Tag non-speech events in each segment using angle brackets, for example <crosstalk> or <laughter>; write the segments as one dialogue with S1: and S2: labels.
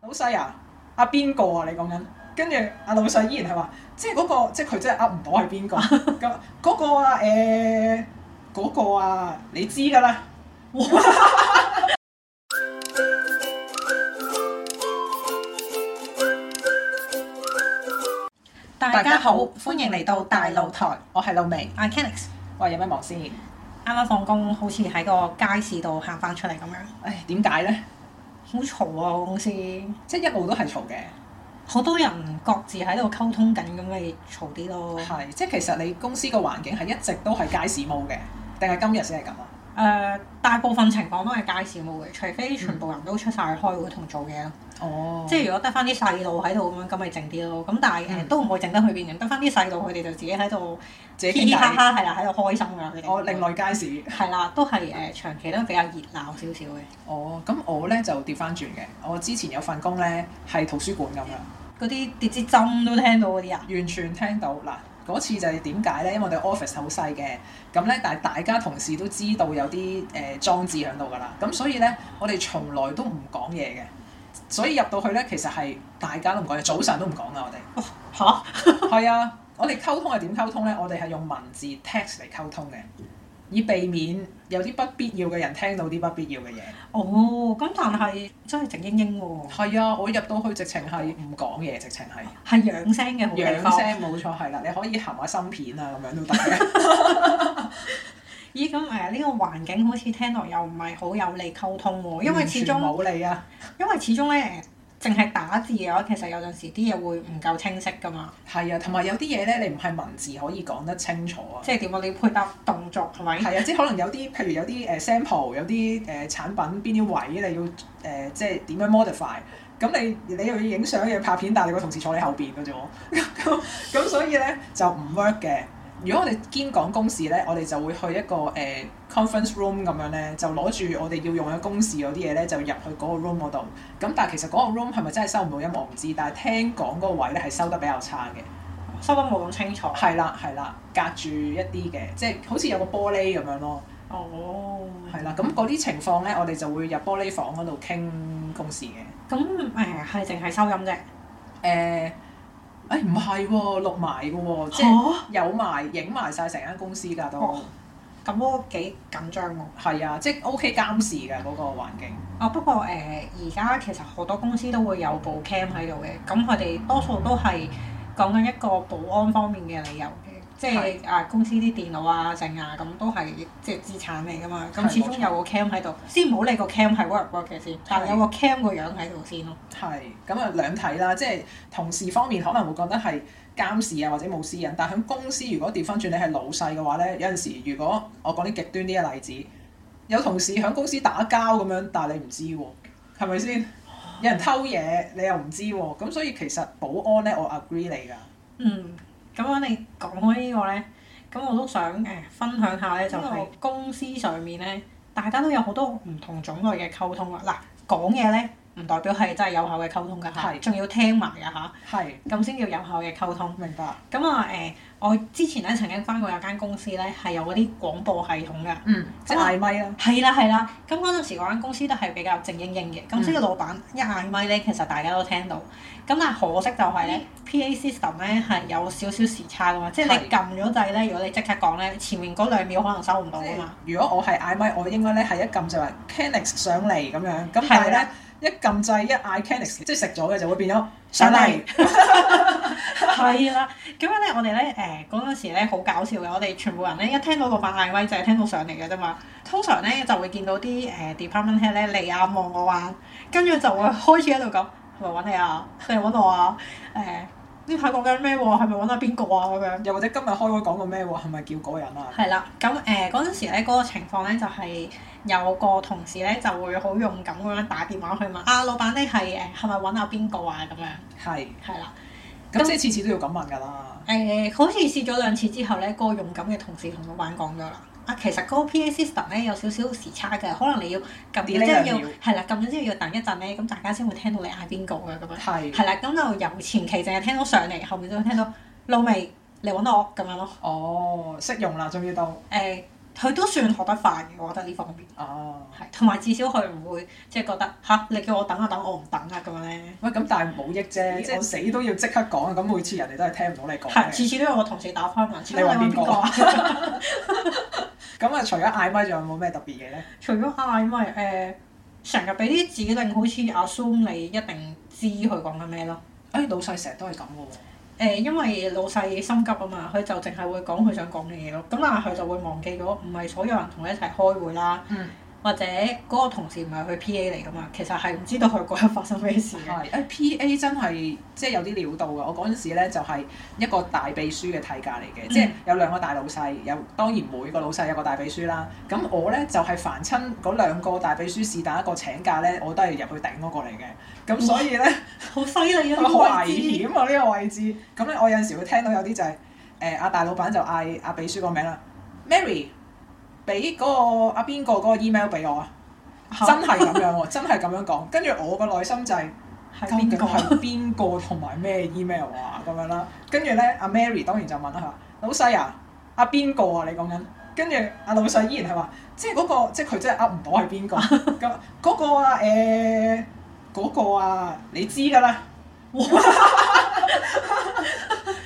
S1: 老細啊，阿邊個啊？你講緊，跟住阿老細依然係話，即係嗰、個，即係佢真係噏唔到係
S2: <laughs>
S1: 邊個咁嗰個啊，誒、嗰、個啊，你知㗎啦。
S2: 大家好，歡迎嚟到
S1: 嗯
S2: 大露台。
S1: 我哦係老味，
S2: 阿 Kenix
S1: 喂，有咩忙先？
S2: 啱啱放工，好似喺個街市度行翻出嚟咁樣，
S1: 唉，點解咧？
S2: 好嘈啊！我公司
S1: 即係一路都係嘈嘅，
S2: 好多人各自喺度溝通緊，咁咪嘈啲咯。誒、
S1: 係即係其實你公司個環境係一直都係街市冇嘅，定係今日先係咁啊？
S2: 呃大部分情況都係街市冇嘅，除非全部人都出晒去開會同做嘢咯。
S1: 哦
S2: 即係如果得翻啲細路喺度咁樣，咁咪靜啲咯。咁但係誒、
S1: 嗯
S2: 都唔會靜得去邊嘅，得翻啲細路佢哋就自己喺度
S1: 自
S2: 嘻
S1: 己傾
S2: 嘻
S1: 偈，
S2: 哈哈係啦，喺度開心㗎。佢哋
S1: 我另類街市。
S2: 係啦，都係誒、呃長期都比較熱鬧少少嘅。
S1: 哦，咁我咧就調翻轉嘅，我之前有份工咧係圖書館咁樣。
S2: 嗰啲跌支針都聽到嗰啲啊！
S1: 完全聽到嗱，嗰次就係點解呢？因為我哋 office 好細嘅，咁呢，但係大家同事都知道有啲誒、呃裝置喺度㗎啦，咁所以呢，我哋從來都唔講嘢嘅，所以入到去呢，其實係大家都唔講嘢，早上都唔講啊㗎，我
S2: <laughs>
S1: 哋
S2: 嚇，
S1: 係啊，我哋溝通係點溝通呢？我哋係用文字 text 嚟溝通嘅，以避免有啲不必要嘅人聽到啲不必要嘅嘢。
S2: 哦，咁但係真係靜英英喎，
S1: 係啊，我入到去直情係唔講嘢，直情係。
S2: 係養聲嘅好
S1: 養
S2: 地方。
S1: 聲冇錯係啦，你可以含下芯片啊咁樣都得
S2: <laughs>
S1: 嘅。
S2: 咦，咁誒呢個環境好似聽落又唔係好有利溝通喎，因為始終
S1: 嗯完全冇你啊，
S2: 因為始終咧誒，淨係打字嘅話，其實有陣時啲嘢會唔夠清晰噶嘛，
S1: 係啊，同埋有啲嘢咧，你唔係文字可以講得清楚啊。
S2: 即係點啊？你要配搭動作係咪？
S1: 係啊，即係可能有啲，譬如有啲誒 sample，有啲誒、呃、產品邊啲位你要誒、呃即係點樣 modify，咁你你又要影相又要拍片，但係你個同事坐你後邊嘅啫喎， <laughs> 咁咁所以咧就唔 work 嘅。如果我哋兼講公事咧，我哋就會去一個誒、呃 conference room 咁樣咧，就攞住我哋要用嘅公事嗰啲嘢咧，就入去嗰個 room 嗰度。咁但係其實嗰個 room 係咪真係收唔到音我唔知，但係聽講嗰個位咧係收得比較差嘅。
S2: 收得冇咁清楚。
S1: 係啦，係啦，隔住一啲嘅，即係好似有個玻璃咁樣咯。
S2: 哦，
S1: 係啦，咁嗰啲情況咧，我哋就會入玻璃房嗰度傾公事嘅。
S2: 咁誒係淨係收音啫。
S1: 誒、誒唔係喎，錄埋嘅喎，即係
S2: 嗯嚇，
S1: 有埋影埋晒成間公司㗎都。
S2: 哦咁都幾緊張喎。
S1: 係啊，即係 OK 監視㗎嗰個環境。
S2: 啊，不過誒，呃而、家其實好多公司都會有部 cam 喺度嘅，咁佢哋多數都係講緊一個保安方面嘅理由嘅，即係啊公司啲電腦啊、剩啊，咁都係即係資產嚟噶嘛，咁
S1: 係
S2: 始終
S1: 冇錯
S2: 有個 cam 喺度，先唔好理個 cam 係 work 唔 work 嘅先，但係有個 cam 個樣喺度先咯。
S1: 係，咁啊兩睇啦，即係同事方面可能會覺得係監視啊或者冇私隱，但喺公司如果調翻轉你係老細嘅話咧，有陣時如果我講啲極端啲嘅例子，有同事喺公司打交咁樣，但係你唔知喎，係咪先？有人偷嘢，你又唔知喎，咁所以其實保安咧，我啊 agree 你㗎。
S2: 嗯，咁我哋講開呢個咧，咁我都想誒、呃分享下咧，就係、公司上面咧，大家都有好多唔同種類嘅溝通啦。啊嗱，講嘢咧唔代表係真係有效嘅溝通㗎嚇，
S1: 係
S2: 仲要聽埋㗎嚇，
S1: 係，
S2: 咁先叫有效嘅溝通。
S1: 明白。
S2: 咁啊誒，我之前咧曾經翻過有間公司咧，係有嗰啲廣播系統㗎。
S1: 嗯，即係嗌咪啦。
S2: 係啦係啦，咁嗰陣時嗰間公司都係比較靜英英嘅，咁所以老闆一嗌咪咧，其實大家都聽到。咁但係可惜就係咧，PA system 咧係有少少時差噶嘛，即係你撳咗掣咧，如果你即刻講咧，前面嗰兩秒可能收唔到噶嘛。
S1: 如果我係嗌咪，我應該咧係一撳就話 Canix 上嚟咁樣，咁
S2: 係
S1: 但係咧
S2: 啦
S1: 一撳掣一嗌 Canix，即係食咗嘅就會變咗上嚟。
S2: 係啦，咁樣咧，我哋咧誒嗰陣時咧好搞笑嘅，我哋全部人咧一聽到老闆嗌咪就係聽到上嚟嘅啫嘛。通常咧就會見到啲誒、department head 咧嚟啊望我啊，跟住就會開始喺度講係咪揾你啊？你係揾我啊？誒呢排講緊咩喎？係咪揾阿邊個啊？咁樣。
S1: 又或者今日開會講過咩喎？係咪叫嗰個人啊？
S2: 係啦，咁誒嗰陣時咧，嗰、個情況咧就係、有個同事咧就會好勇敢咁樣打電話去問啊，老闆你係誒係咪揾阿邊個啊？咁樣
S1: 係，
S2: 係啦，
S1: 咁即係次次都要咁問㗎啦。
S2: 誒、好似試咗兩次之後咧，嗰個勇敢嘅同事同老闆講咗啦。啊，其實嗰個 PA system 咧有少少時差嘅，可能你要撳完之
S1: Delay
S2: 後要
S1: 兩秒
S2: 係啦，撳咗之後要等一陣咧，咁大家先會聽到你嗌邊個嘅咁樣。
S1: 係，
S2: 係啦，咁就由前期淨係聽到上嚟，後面就會聽到露媚嚟揾我咁樣咯。
S1: 哦，識用啦，終於都
S2: 誒佢都算學得快嘅，我覺得呢方面
S1: 哦。
S2: 係，同埋至少佢唔會即係覺得吓，你叫我等啊等，我唔等啊咁樣咧。
S1: 喂，咁但係冇益啫，即係我死都要即刻講，咁每次人哋哦都係聽唔到你講
S2: 係，
S1: 嘅。
S2: 次次都有個同事打翻問，
S1: 你話邊個
S2: 啊？
S1: 咁啊，除咗嗌咪，仲有冇咩特別嘢咧？
S2: 除咗嗌咪誒，成日俾啲指令，好似 assume 你一定知佢講緊咩咯。
S1: 誒，老細成日都係咁嘅
S2: 誒、因為老細心急啊嘛，佢就淨係會講佢想講嘅嘢咯。咁但係佢就會忘記咗，唔係所有人同佢一齊開會啦，
S1: 嗯
S2: 或者嗰個同事唔係佢 P.A. 嚟噶嘛，其實係唔知道佢嗰日發生咩事
S1: 喎。
S2: 嘅。
S1: 係誒，P.A. 真係即係有啲料到嘅。我嗰陣時咧就係一個大秘書嘅替價嚟嘅，即係有兩個大老細，有當然每個老細有個大秘書啦。咁我咧就係凡親嗰兩個大秘書是但一個請假咧，我都係入去頂嗰個嚟嘅。咁所以咧。
S2: 好犀利啊！呢個
S1: 好
S2: 位
S1: 危
S2: 置
S1: 險啊！呢個位置，咁咧我有陣時會聽到有啲就係誒阿大老闆就嗌阿秘書個名啦，Mary，俾嗰個阿邊個嗰個 email 俾我啊，
S2: 嚇
S1: 真係咁樣喎，真係咁樣講，跟住我個內心就係、
S2: 係
S1: 究竟
S2: 邊個？
S1: 係邊個同埋咩 email 啊咁樣啦，跟住咧阿 Mary 當然就問啦，佢話老細啊，阿邊個啊你講緊？跟住阿老細依然係話，即係嗰、個，即係佢真係噏唔到係邊個咁嗰個啊誒嗰、個啊，你知㗎啦。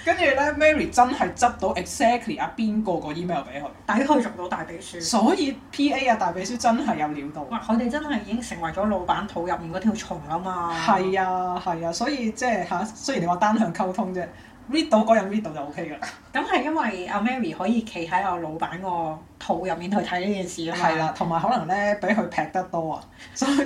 S1: 跟住咧，Mary 真係執到 exactly 阿邊個個 email 俾佢，
S2: 抵佢做到大秘書。
S1: 所以 P.A. 啊大秘書真係有料到。
S2: 哇！佢哋真係已經成為咗老闆肚入面嗰條蟲啦嘛。
S1: 係啊，係啊，所以即係嚇，雖然你話單向溝通啫，read 到嗰人 read 到就 OK 㗎啦。
S2: 咁係因為阿 Mary 可以企喺我老闆個肚入面去睇呢件事啊嘛。
S1: 係啦，同埋可能咧，俾佢劈得多啊， <laughs> 所以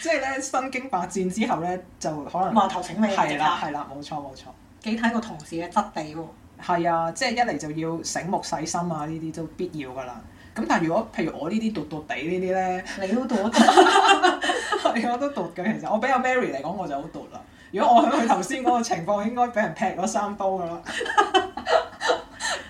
S1: 即係咧，身經百戰之後咧，就可能
S2: 話頭請你
S1: 係
S2: 係
S1: 啦，
S2: 啦，
S1: 係啦，冇錯冇錯，
S2: 幾睇個同事嘅質地喎。
S1: 係啊，即係一嚟就要醒目細心啊，呢啲都必要㗎啦。咁但係如果譬如我呢啲獨獨地呢啲咧，
S2: 你 <laughs> 都到
S1: <laughs> 係我都獨嘅。其實我比較 Mary 嚟講，我就好獨啦。如果我喺佢頭先嗰個情況，應該俾人劈咗三刀㗎啦。 <laughs>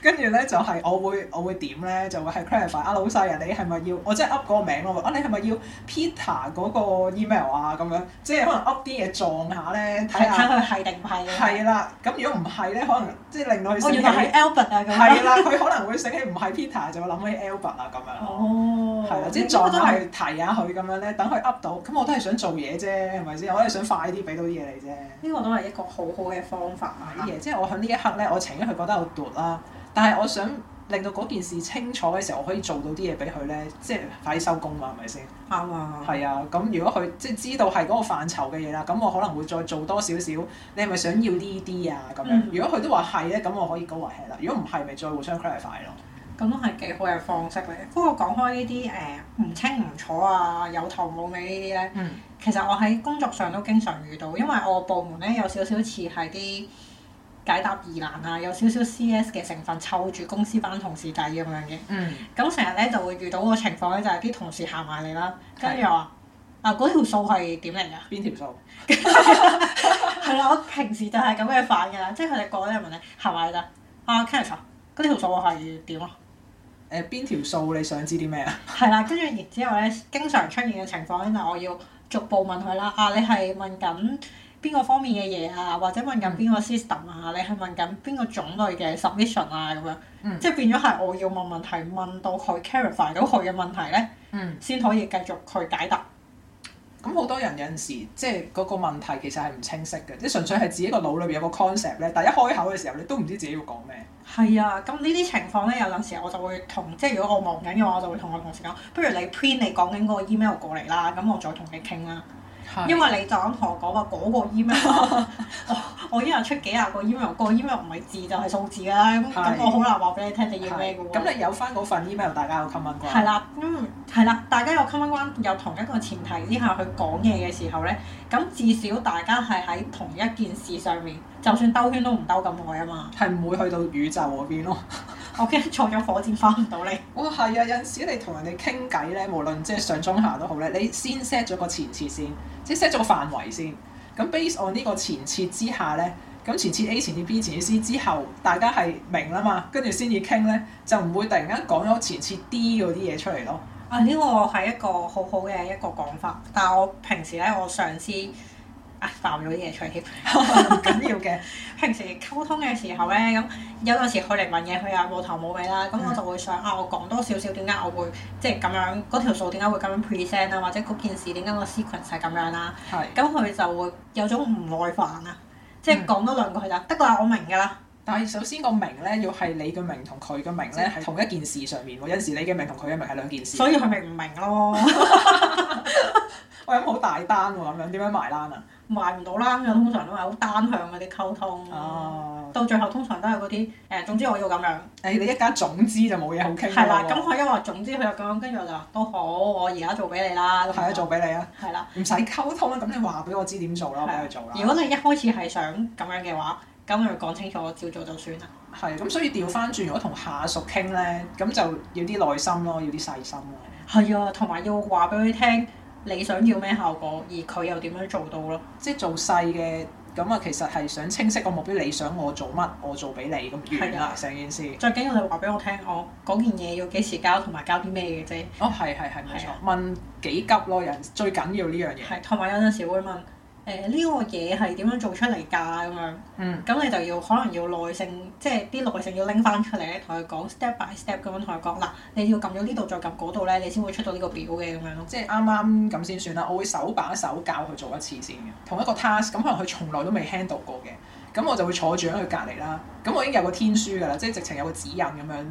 S1: 跟住咧就係、我會我會點咧就會係 clarify 啊老細啊你係咪要我即係噏嗰個名咯啊你係咪要 Peter 嗰個 email 啊咁樣即係可能噏啲嘢撞下咧睇
S2: 睇
S1: 下
S2: 睇佢係定唔係啊？
S1: 係啦咁如果唔係咧可能即係令到佢
S2: 我
S1: 醒
S2: 原來係
S1: 起
S2: Albert 啊咁
S1: 係
S2: 樣。
S1: 啦佢可能會醒起唔係 Peter 就會諗起 Albert 啊咁樣咯。
S2: 哦，
S1: 係啊啦，即係
S2: 應該
S1: 撞
S2: 都
S1: 下
S2: 係
S1: 佢提下佢咁樣咧，等佢噏到，咁我都係想做嘢啫，係咪先？我都係想快啲俾到啲嘢你啫。
S2: 呢個都係一個好好嘅方法啊！
S1: 啲嘢，即係我喺呢一刻咧，我情願佢覺得我奪啦，但係我想令到嗰件事清楚嘅時候，我可以做到啲嘢俾佢咧，即係快啲收工嘛，係咪先？
S2: 啱啊，
S1: 係啊，咁如果佢即係知道係嗰個範疇嘅嘢啦，咁我可能會再做多少少。你係咪想要呢啲啊？咁樣，
S2: 嗯
S1: 如果佢都話係咧，咁我可以 go ahead 啦。如果唔係，咪再互相 clarify 咯。
S2: 咁都係幾好嘅方式嚟。不過講開呢啲誒唔清唔楚啊，有頭冇尾呢啲咧，
S1: 嗯，
S2: 其實我喺工作上都經常遇到，因為我部門咧有少少似係啲解答疑難啊，有少少 C.S. 嘅成分湊住公司班同事仔咁樣嘅。
S1: 嗯，
S2: 咁成日咧就會遇到個情況咧，就係啲同事行埋嚟啦，跟住
S1: 係
S2: 又話啊嗰條數係點嚟㗎？
S1: 邊條數？
S2: 係啦，我平時就係咁嘅反㗎啦，即係佢哋講咧問你行埋嚟啦，啊 c a r r y 嗰條數係點啊？
S1: 誒邊條數？你想知啲咩啊？
S2: 係啦，跟住然之後咧，經常出現嘅情況咧，就我要逐步問佢啦。啊，你係問緊邊個方面嘅嘢啊？或者問緊邊個 system 啊？你係問緊邊個種類嘅 submission 啊？咁樣，
S1: 嗯
S2: 即係變咗係我要問問題，問到佢 clarify 到佢嘅問題咧，
S1: 嗯。
S2: 先可以繼續去解答。
S1: 咁好多人有陣時，即係嗰個問題其實係唔清晰嘅，即係純粹係自己個腦裏邊有個 concept 咧，但一開口嘅時候，你都唔知自己要講咩。
S2: 係啊，咁呢啲情況咧，有陣時我就會同即係如果我忙緊嘅話，我就會同我同事講，不如你 print 你講緊嗰個 email 過嚟啦，咁我再同你傾啦。因
S1: 因為
S2: 為你就咁同我講話嗰個 email，我啊
S1: <laughs>
S2: 我一日出幾廿個 email，個 email 唔係字就係數字㗎啦，咁
S1: 係
S2: 咁我好難話俾你聽你要咩嘅
S1: 咁
S2: 喎。
S1: 你有翻嗰份 email，大家有 common
S2: 係
S1: 關。
S2: 啦，嗯，係啦，大家有 common ground，有同一個前提之下去講嘢嘅時候咧，咁至少大家係喺同一件事上面，就算兜圈都唔兜咁耐
S1: <laughs>
S2: 啊嘛。
S1: 係唔會去到宇宙嗰邊咯。
S2: 我驚錯咗火箭翻唔到嚟。
S1: 哇，係啊！有陣時你同人哋傾偈咧，無論即係上中下都好咧，你先 set 咗個前設先，即係 set 咗個範圍先。咁 base on 呢個前設之下咧，咁前設 A、前設 B、前設 C 之後，大家係明啦嘛，跟住先至傾咧，就唔會突然間講咗前設 D 嗰啲嘢出嚟咯。
S2: 啊！呢、個係一個好好嘅一個講法，但係我平時咧，我上司啊爆咗啲嘢出嚟
S1: <laughs>
S2: 添，唔緊要嘅。平時溝通嘅時候咧，咁有陣時佢嚟問嘢，佢又冇頭冇尾啦，
S1: 嗯
S2: 咁我就會想啊，我講多少少點解我會即係咁樣嗰條數點解會咁樣 present 啊，或者嗰件事點解個 sequence <laughs> 係咁樣啦，
S1: 係
S2: 咁佢就會有種唔耐煩啊，即係
S1: 嗯
S2: 講多兩句佢就得啦，我明㗎啦。
S1: 但係首先個明咧，要係你嘅明同佢嘅明咧係同一件事上面喎。有陣時你嘅明同佢嘅明係兩件事。
S2: 所以佢咪唔明咯， <laughs>
S1: 我諗好大單喎，咁樣點樣埋單啊？
S2: 埋唔到啦，咁樣通常都係好單向嗰啲溝通。
S1: 嗯哦，
S2: 到最後通常都係嗰啲誒，總之我要咁樣，
S1: 誒你一家總之就冇嘢好傾㗎
S2: 係啦。
S1: 喎
S2: 咁佢一話總之佢就咁樣，跟住我就話都好，我而家做俾你啦。咁樣
S1: 係啊，做俾你啊，
S2: 係啦，
S1: 唔使溝通啦。咁你話俾我知點做啦，我俾佢做
S2: 啊如
S1: 啦。
S2: 果你一開始係想咁樣嘅話，咁你就講清楚，我照做就算啦。
S1: 係咁，所以調翻轉，如果同下屬傾咧，咁就要啲耐心咯，要啲細心咯。
S2: 係啊，同埋要話俾佢聽你想要咩效果，而佢又點樣做到咯。
S1: 即係做細嘅咁啊，其實係想清晰個目標，你想我做乜，我做俾你咁完
S2: 係
S1: 啦
S2: 啊
S1: 成件事。
S2: 最緊要你話俾我聽，我嗰件嘢要幾時交，同埋交啲咩嘅啫。
S1: 哦，係係係，冇
S2: 係
S1: 錯
S2: 啊。
S1: 問幾急咯，人最緊要呢樣嘢。
S2: 係，同埋有陣時會問誒呢、個嘢係點樣做出嚟㗎咁樣，
S1: 嗯，
S2: 咁你就要可能要耐性，即係啲耐性要拎翻出嚟咧，同佢講 step by step 咁樣同佢講嗱，你要撳咗呢度再撳嗰度咧，你先會出到呢個表嘅咁樣咯。
S1: 即係啱啱咁先算啦。我會手把手教佢做一次先嘅，同一個 task，咁可能佢從來都未 handle 過嘅，咁我就會坐住喺佢隔離啦。咁我已經有個天書㗎啦，即係直情有個指引咁樣，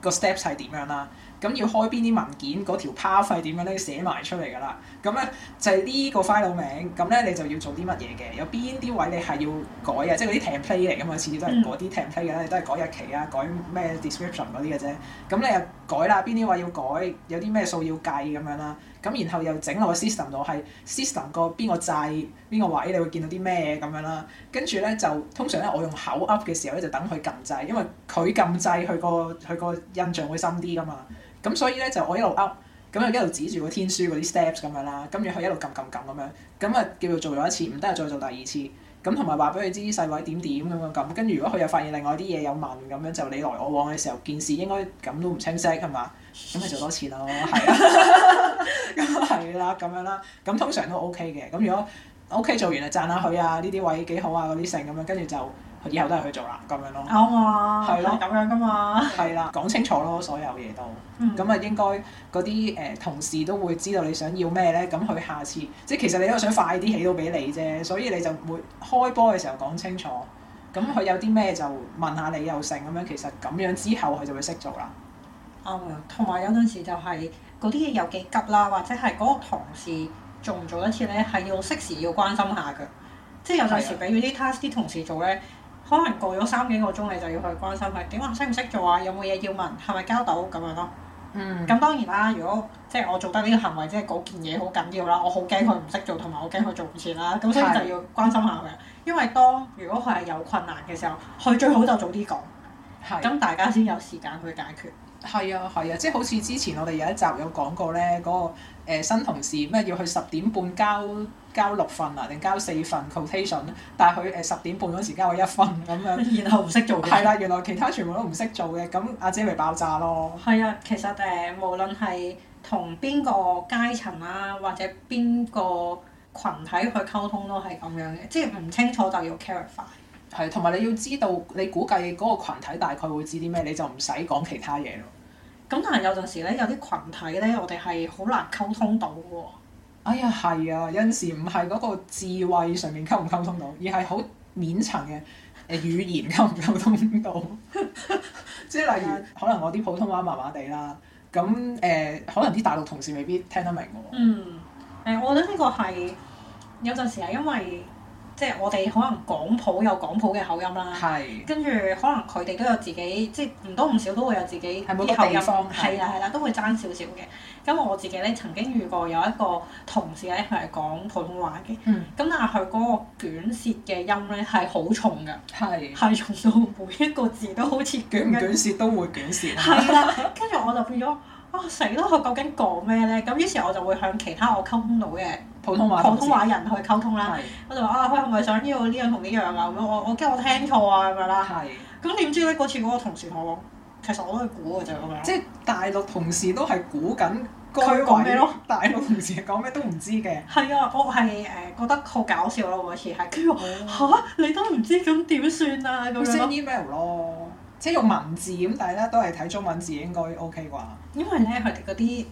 S1: 個 steps 係點樣啦。咁要開邊啲文件，嗰條 path 係點樣咧，寫埋出嚟㗎啦。咁咧就係呢個 file 名，咁咧你就要做啲乜嘢嘅？有邊啲位你係要改嘅？啊即係嗰啲 template 嚟㗎嘛，次次都係嗰啲 template 嘅啦，你都係改日期啊，改咩 description 嗰啲嘅啫。咁你又改啦，邊啲位要改，有啲咩數要計咁樣啦。咁然後又整落個 system 度，係 system 個邊個掣、邊個位，你會見到啲咩咁樣啦。跟住咧就通常咧，我用口噏嘅時候咧，就等佢撳掣，因為佢撳掣，佢個佢個印象會深啲噶嘛。咁所以咧就我一路噏，咁就一路指住個天書嗰啲 steps 咁樣啦，跟住佢一路撳撳撳咁樣，咁啊叫做做咗一次，唔得就再做第二次。咁同埋話俾佢知細位點點咁樣咁，跟住如果佢又發現另外啲嘢有問咁樣，就你來我往嘅時候，件事應該咁都唔清晰係嘛？咁咪做多次咯，係啊，咁係啦，咁樣啦，咁通常都 OK 嘅。咁如果 OK 做完啊，讚下佢啊，呢啲位幾好啊，嗰啲性咁樣，跟住就以後都係佢做啦，咁樣咯，
S2: 啱啊，
S1: 係咯
S2: 咁樣㗎嘛。
S1: 係啦，講清楚咯，所有嘢都。
S2: 嗯
S1: 咁啊，應該嗰啲誒同事都會知道你想要咩咧，咁佢下次即係其實你都想快啲起到俾你啫，所以你就會開波嘅時候講清楚，咁佢有啲咩就問下你又成咁樣，其實咁樣之後佢就會識做啦。
S2: 啱啊，同埋有陣時就係呃嗰啲嘢有幾急啦，或者係嗰個同事做唔做得切咧，係要適時要關心下嘅。即係有陣時
S1: 係啊
S2: 俾咗啲 task 啲同事做咧，可能過咗三幾個鐘，你就要去關心佢點啊，識唔識做啊，有冇嘢要問，係咪交到咁樣咯。
S1: 嗯
S2: 咁當然啦，如果即係我做得呢個行為，即係嗰件嘢好緊要啦，我好驚佢唔識做，同埋我驚佢做唔切啦，咁所以
S1: 係
S2: 就要關心下佢。因為當如果佢係有困難嘅時候，佢最好就早啲講，
S1: 係
S2: 咁大家先有時間去解決。
S1: 係啊係啊，即係好似之前我哋有一集有講過咧，嗰、個、呃、新同事咩要去十點半交交六份啊，定交四份 quotation，但係佢誒十點半嗰時交咗一份咁 <laughs> 樣，
S2: 然後唔識做嘅。
S1: 係啦，原來其他全部都唔識做嘅，咁阿姐咪爆炸咯。
S2: 係啊，其實誒、無論係同邊個階層啦、或者邊個群體去溝通都係咁樣嘅，即係唔清楚就要 clarify。
S1: 係，同埋你要知道，你估計嗰個群體大概會知啲咩，你就唔使講其他嘢咯。
S2: 咁但係有陣時咧，有啲群體咧，我哋係好難溝通到喎。
S1: 哎呀，係啊，有陣時唔係嗰個智慧上面溝唔溝通到，而係好面層嘅誒語言溝唔溝通到。 <laughs> 即係例如，可能我啲普通話麻麻地啦，咁誒、呃可能啲大陸同事未必聽得明嘅
S2: 嗯，誒、我覺得呢個係有陣時係因為即係我哋可能港普有港普嘅口音
S1: 喎。
S2: 啦。
S1: 係，
S2: 跟住可能佢哋都有自己，即係唔多唔少都會有自己
S1: 係每
S2: 啲
S1: 個
S2: 口
S1: 地
S2: 音，
S1: 方
S2: 係啦係啦，都會爭少少嘅。咁我自己咧曾經遇過有一個同事咧，佢係講普通話嘅，咁、
S1: 嗯
S2: 但係佢嗰個捲舌嘅音咧係好重㗎，
S1: 係，
S2: 係重到每一個字都好似
S1: 捲唔
S2: 緊
S1: 捲舌都會捲舌啊。
S2: 係啦，跟住我就變咗啊死啦！我究竟講咩咧？咁於是我就會向其他我溝通到嘅
S1: 普通話
S2: 普
S1: 同事
S2: 通話人去溝通啦。
S1: 係
S2: 我就話啊，佢係咪想要呢樣同呢樣啊？咁樣我我驚我聽錯啊咁樣啦。
S1: 係，
S2: 咁點知咧？嗰次嗰個同事同我講，其實我都係估嘅啫咁樣。
S1: 即係大陸同事都係估緊
S2: 佢講咩咯？
S1: 大佬同事講咩都唔知嘅。
S2: 係啊，我係誒、覺得好搞笑咯嗰次係，跟住
S1: 嗯
S2: 我嚇你都唔知咁點算啊咁
S1: 佢
S2: 樣
S1: send
S2: 哦咯。
S1: email 咯，即係用文字咁，但係咧都係睇中文字應該 OK 啩。
S2: 因為咧佢哋嗰啲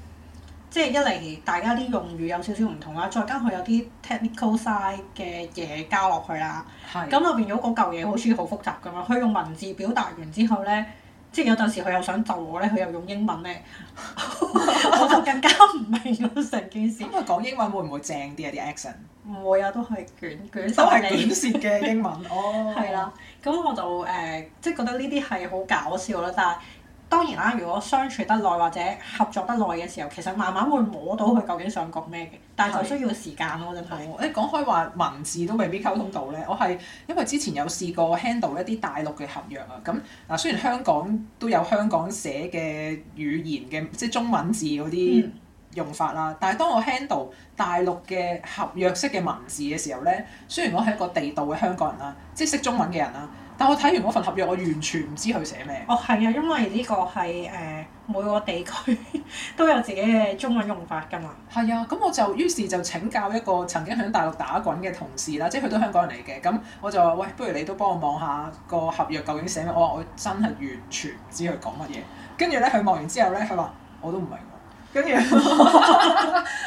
S2: 即係一嚟大家啲用語有少少唔同啦，再加佢有啲 technical side 嘅嘢加落去啦，
S1: 係
S2: 咁就變咗嗰嚿嘢好似好複雜咁樣。佢用文字表達完之後咧。即係有陣時佢又想就我咧，佢又用英文咧，我就更加唔明咯成件事
S1: 咁。佢講英文會唔會正啲啊？啲 accent
S2: 唔會啊，都係卷卷
S1: 都係
S2: 晒你
S1: 捲舌嘅英文哦。
S2: <laughs> 係啦，咁我就誒、即係覺得呢啲係好搞笑啦。但係當然啦，如果相處得耐或者合作得耐嘅時候，其實慢慢會摸到佢究竟想講咩嘅，但係就需要時間咯，真係。
S1: 哦，你講開話文字都未必溝通到咧，我係因為之前有試過 handle 一啲大陸嘅合約啊，咁嗱雖然香港都有香港寫嘅語言嘅即係中文字嗰啲
S2: 嗯
S1: 用法啦，但係當我 handle 大陸嘅合約式嘅文字嘅時候咧，雖然我係一個地道嘅香港人啦，即係識中文嘅人啦，但我睇完嗰份合約，我完全唔知佢寫咩。
S2: 哦，係啊，因為呢個係誒、每個地區 <laughs> 都有自己嘅中文用法㗎嘛。
S1: 係啊，咁我就於是就請教一個曾經喺大陸打滾嘅同事啦，即係佢都香港人嚟嘅，咁我就話：喂，不如你都幫我望下個合約究竟寫咩？我話我真係完全唔知佢講乜嘢。跟住咧，佢望完之後咧，佢話我都唔明喎。跟住，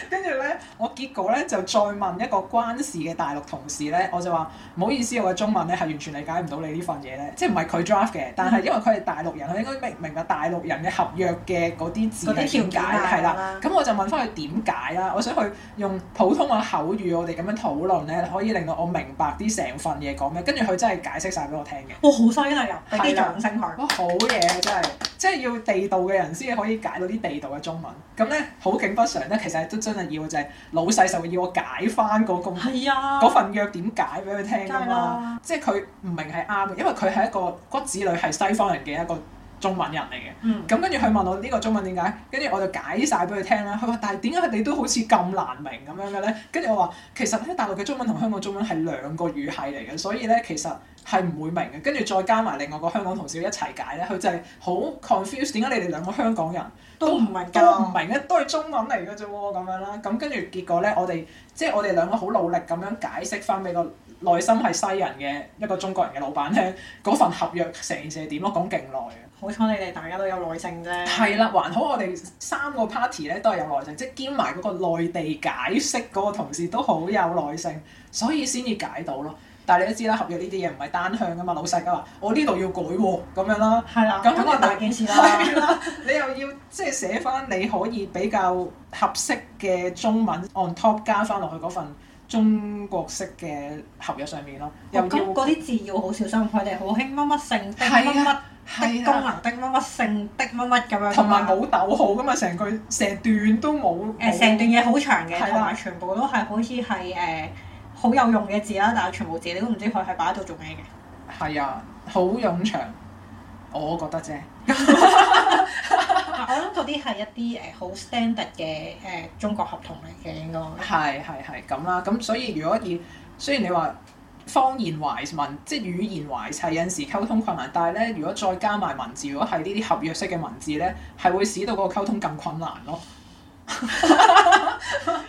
S1: 跟住咧，我結果咧就再問一個關事嘅大陸同事咧，我就話唔好意思，我嘅中文咧係完全理解唔到你呢份嘢咧，即係唔係佢 draft 嘅，但係因為佢係大陸人，佢應該明明白大陸人嘅合約嘅嗰啲字
S2: 嗰啲
S1: 係
S2: 條
S1: 點解
S2: 件啊
S1: 係啦。
S2: 啦
S1: 咁我就問翻佢點解啦，我想佢用普通話口語，我哋咁樣討論咧，可以令到我明白啲成份嘢講咩。跟住佢真係解釋晒俾我聽嘅。
S2: 哇，好犀利啊！俾啲
S1: 係啦
S2: 掌聲佢。
S1: 哇，好嘢啊真係，即係要地道嘅人先可以解到啲地道嘅中文。咁咧好景不常咧，其實都真係要就係老細就會要我解翻嗰個
S2: 係啊。
S1: 嗰份約點解俾佢聽
S2: 梗係
S1: 㗎嘛。
S2: 啦。
S1: 即係佢唔明係啱嘅，因為佢係一個骨子裏係西方人嘅一個中文人嚟嘅。
S2: 嗯。
S1: 咁跟住佢問我呢個中文點解，跟住我就解晒俾佢聽啦。佢話：但係點解你都好似咁難明咁樣嘅咧？跟住我話其實咧，大陸嘅中文同香港中文係兩個語系嚟嘅，所以咧其實係唔會明嘅。跟住再加埋另外個香港同事一齊解咧，佢就係好 confused 點解你哋兩個香港人
S2: 都唔明㗎。
S1: 都唔明嘅，都係中文嚟嘅啫喎咁樣啦。咁跟住結果咧，我哋即係我哋兩個好努力咁樣解釋翻俾個內心係西人嘅一個中國人嘅老闆聽嗰份合約成件事係點咯，講勁耐啊嘅。
S2: 好彩你哋大家都有耐性啫。
S1: 係啦，還好我哋三個 party 咧都係有耐性，即係兼埋嗰個內地解釋嗰個同事都好有耐性，所以先至解到咯。但係你都知啦，合約呢啲嘢唔係單向噶嘛，老細噶話我呢度要改喎、咁樣啦，
S2: 係啦。
S1: 咁
S2: 咁就大件事啦。
S1: 係啦，你又要即係寫翻你可以比較合適嘅中文 on top 加翻落去嗰份中國式嘅合約上面咯，又
S2: 哦咁
S1: 要
S2: 嗰啲字要好小心，佢哋好興乜乜性的乜
S1: 係
S2: 乜
S1: 啊係
S2: 的功能的乜乜性的乜乜咁樣，
S1: 同埋冇逗號噶嘛，成句成段都冇
S2: 誒成段嘢好長嘅，
S1: 係啦
S2: 同埋全部都係好似係誒好有用嘅字啦，但係全部字你都唔知佢係擺喺度做咩嘅。
S1: 係啊，好冗長，我覺得啫。
S2: <laughs> 我諗嗰啲係一啲誒好 standard 嘅誒中國合同嚟嘅應該。
S1: 係係係咁啦，咁所以如果以雖然你話方言懷文，即係語言懷砌，有陣時溝通困難，但係咧，如果再加埋文字，如果係呢啲合約式嘅文字咧，係會使到嗰個溝通更困難咯。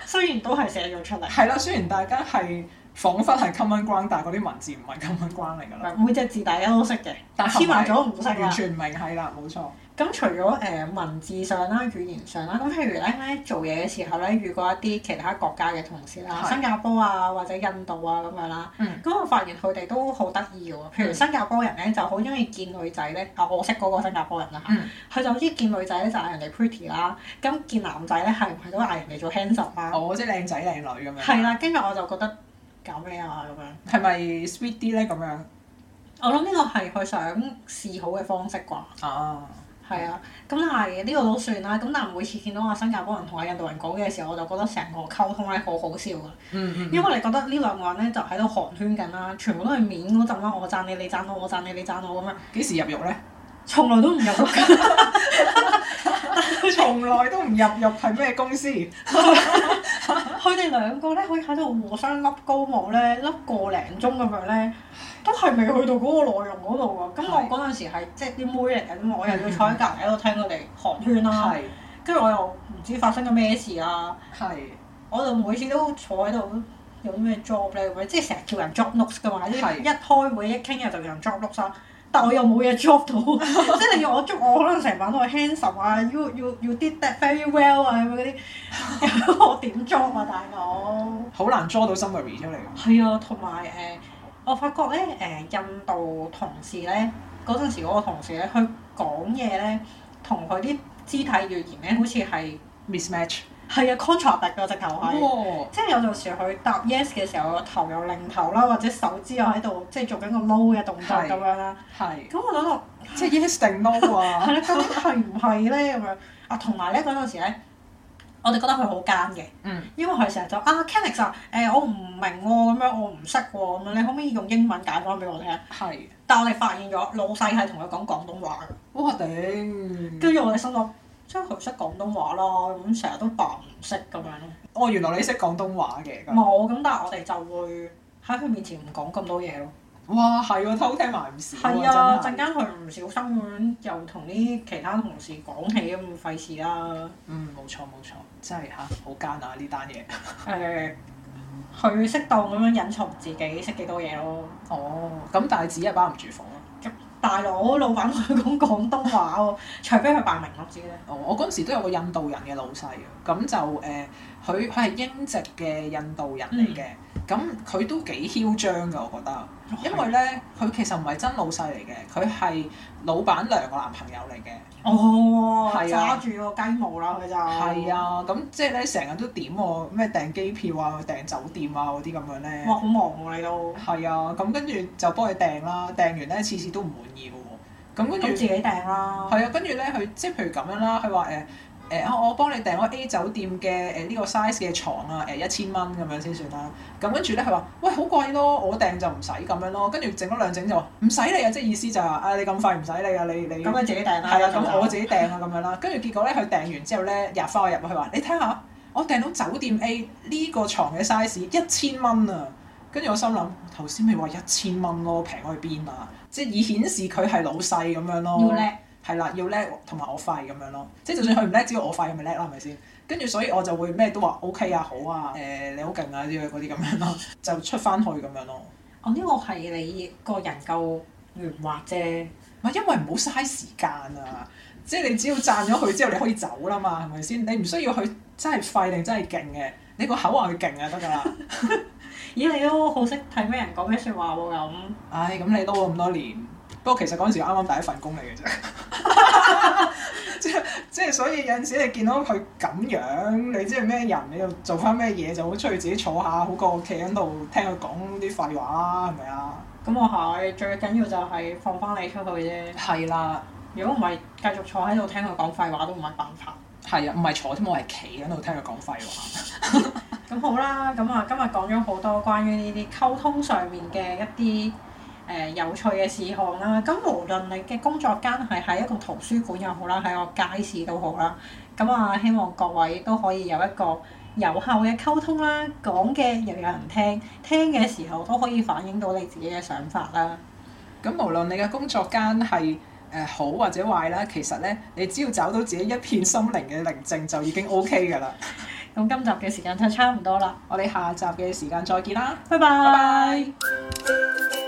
S2: 雖然都係寫咗出嚟，
S1: 係啦，雖然大家係彷彿係 common ground，但係嗰啲文字唔係 common ground 嚟㗎啦，
S2: 每隻字大家都識嘅，
S1: 但係
S2: 黐埋咗唔識啊
S1: 完
S2: 啦。
S1: 全唔明係啦，冇錯。
S2: 咁除咗誒、呃文字上啦、語言上啦，咁譬如咧咧做嘢嘅時候咧，遇過一啲其他國家嘅同事啦，
S1: 係
S2: 新加坡啊或者印度啊咁樣啦，
S1: 嗯
S2: 咁、我發現佢哋都好得意嘅喎。譬如
S1: 嗯
S2: 新加坡人咧就好中意見女仔咧，啊我識嗰個新加坡人啦，
S1: 嗯
S2: 佢、就好中意見女仔咧就嗌人哋 pretty 啦，咁見男仔咧係唔係都嗌人哋做 handsome 啦？
S1: 啊我即係靚仔靚女咁樣。
S2: 係啦、，跟住我就覺得搞咩啊咁樣。
S1: 係咪 sweet 啲咧咁樣？
S2: 我諗呢個係佢想示好嘅方式啩。
S1: 啊，
S2: 係啊，咁但係呢個都算啦。咁但係每次見到阿新加坡人同阿印度人講嘅時候，我就覺得成個溝通咧好好笑啊！
S1: 嗯嗯。
S2: 因為你覺得呢兩個人咧就喺度寒暄緊啦，全部都係面嗰陣啦，我讚你，你讚我，我讚你，你讚我咁樣，
S1: 幾時入獄咧？
S2: 從來都唔入到溝。
S1: <laughs> 從來都唔入獄係咩公司？
S2: 佢哋兩個咧可以喺度互相笠高帽咧，笠個零鐘咁樣咧，都係未去到嗰個內容嗰度啊！咁我
S1: 係
S2: 嗰啊陣時係即係啲妹嚟嘅啫嘛，我又要坐喺隔離喺度聽佢哋寒暄啦，跟住我又唔唔知發生咗咩事啊！
S1: 係
S2: 我就每次都坐喺度，有啲咩 job 咧咁樣，即係成日叫人 job notes 噶嘛，一
S1: 係
S2: 一開會一傾嘢就叫人 job notes 啦。但我又冇嘢 job 到，即係你要我 job，我可能成晚都係 handsome 啊，you you you did that very well 啊咁樣嗰啲， <laughs> 我點 job 啊大佬？
S1: 好難 draw 到 summary 出嚟㗎。
S2: 係啊，同埋誒，我發覺咧誒、印度同事咧嗰陣時，我個同事咧，佢講嘢咧，同佢啲肢體語言咧，好似係
S1: mismatch。
S2: 係啊 contract 㗎直頭係。
S1: 哇！
S2: 即係有陣時佢答 yes 嘅時候，個頭又擰頭啦，或者手指又喺度即係做緊個撈嘅動作
S1: 係
S2: 咁樣啦。
S1: 係，
S2: 咁我諗落
S1: 即係 yes 定 no 啊
S2: <laughs> 係？啦，究竟係唔係咧咁樣啊？同埋咧嗰陣時咧，我哋覺得佢好奸嘅，
S1: 嗯，
S2: 因為佢成日就啊 c a n i c 啊，誒、我唔明喎、咁樣我唔識喎，咁樣你可唔可以用英文解翻俾我聽？
S1: 係。
S2: 但我哋發現咗老細係同佢講廣東話嘅，
S1: 哇頂！
S2: 跟住我哋心諗，即係佢唔識廣東話啦，咁成日都扮唔識咁樣咯。
S1: 哦，原來你識廣東話嘅咁。
S2: 冇咁，但係我哋就會喺佢面前唔講咁多嘢咯。
S1: 哇，係喎，偷聽埋唔少
S2: 係啊，
S1: 真係
S2: 陣間佢唔小心咁樣又同啲其他同事講起咁，費事啦。
S1: 嗯，冇錯冇錯，真係嚇好奸啊呢單嘢。
S2: 誒，佢適當咁樣隱藏自己識幾多嘢咯。
S1: 哦，咁但係紙係包唔住啊火咯。
S2: 大佬，老闆同佢講廣東話喎， <laughs> 除非佢扮明我知咧。
S1: 哦，我嗰陣時都有個印度人嘅老細嘅，咁就誒，呃佢佢係英籍嘅印度人
S2: 嗯
S1: 嚟嘅，咁佢、都幾囂張㗎，我覺
S2: 哦
S1: 得，因為咧佢其實唔係真老細嚟嘅，佢係老闆娘個男朋友嚟嘅，
S2: 哦，
S1: 係啊
S2: 揸住個雞毛啦，佢就
S1: 係。啊，咁即係咧成日都點我咩訂機票啊、訂酒店啊嗰啲咁樣咧，
S2: 哇，好忙喎你都，
S1: 係啊，咁跟住就幫佢訂啦，訂完咧次次都唔滿意嘅喎，咁跟
S2: 咁
S1: 住
S2: 自己訂啦。
S1: 係啊，跟住咧，佢即係譬如咁樣啦，佢話誒誒，啊我幫你訂咗 A 酒店嘅誒呢個 size 嘅床啊，誒一千蚊咁樣先算啦。咁跟住咧，佢話喂好貴咯，我訂就唔使咁樣咯。跟住整咗兩整就話唔使你啊，即係意思就係話啊你咁快唔使你啊，你你
S2: 咁你自己訂啦。
S1: 係啊，咁我自己訂啊咁樣啦。跟住結果咧，佢訂完之後咧，入翻我入去話你睇下，我訂到酒店 A 呢個床嘅 size 一千蚊啊！跟住我心諗頭先咪話一千蚊咯，平去邊啊？即係以顯示佢係老細咁樣咯。
S2: 要叻。
S1: 係啦，要叻同埋我快咁樣咯。即係就算佢唔叻，只要我快咁咪叻啦，係咪先？跟住所以我就會咩都話 O K 啊，好啊，誒、你好勁啊之類嗰啲咁樣咯，就出翻去咁樣咯。
S2: 我哦呢個係你個人夠圓滑啫。
S1: 唔係因為唔好嘥時間啊，即係你只要讚咗佢之後，你可以走啦嘛，係咪先？你唔需要佢真係快定真係勁嘅，你個口話佢勁啊得㗎啦。
S2: 咦，你都好識睇咩人講咩説話喎咁。
S1: 唉，咁你撈咗咁多年，不過其實嗰陣時啱啱第一份工嚟嘅啫。即係即係，所以有陣時你見到佢咁樣，你知係咩人，你就做翻咩嘢，就好出去自己坐下，好過企喺度聽佢講啲廢話啦，係咪啊？
S2: 咁我係最緊要就係放翻你出去啫。
S1: 係啦，
S2: 如果唔係繼續坐喺度聽佢講廢話都唔係辦法。
S1: 係啊，唔係坐添，我係企喺度聽佢講廢話。
S2: 咁好啦，咁啊今日講咗好多關於呢啲溝通上面嘅一啲誒、呃有趣嘅事項啦。咁啊無論你嘅工作間係喺一個圖書館又好啦，喺個街市都好啦。咁啊，希望各位都可以有一個有效嘅溝通啦，講嘅又有人聽，聽嘅時候都可以反映到你自己嘅想法啦。
S1: 咁無論你嘅工作間係誒好或者壞啦，其實咧，你只要找到自己一片心靈嘅寧靜就已經 OK 㗎啦。
S2: 咁今集嘅時間就差唔多啦，
S1: 我哋下集嘅時間再見啦，
S2: 拜
S1: 拜
S2: 拜
S1: 拜。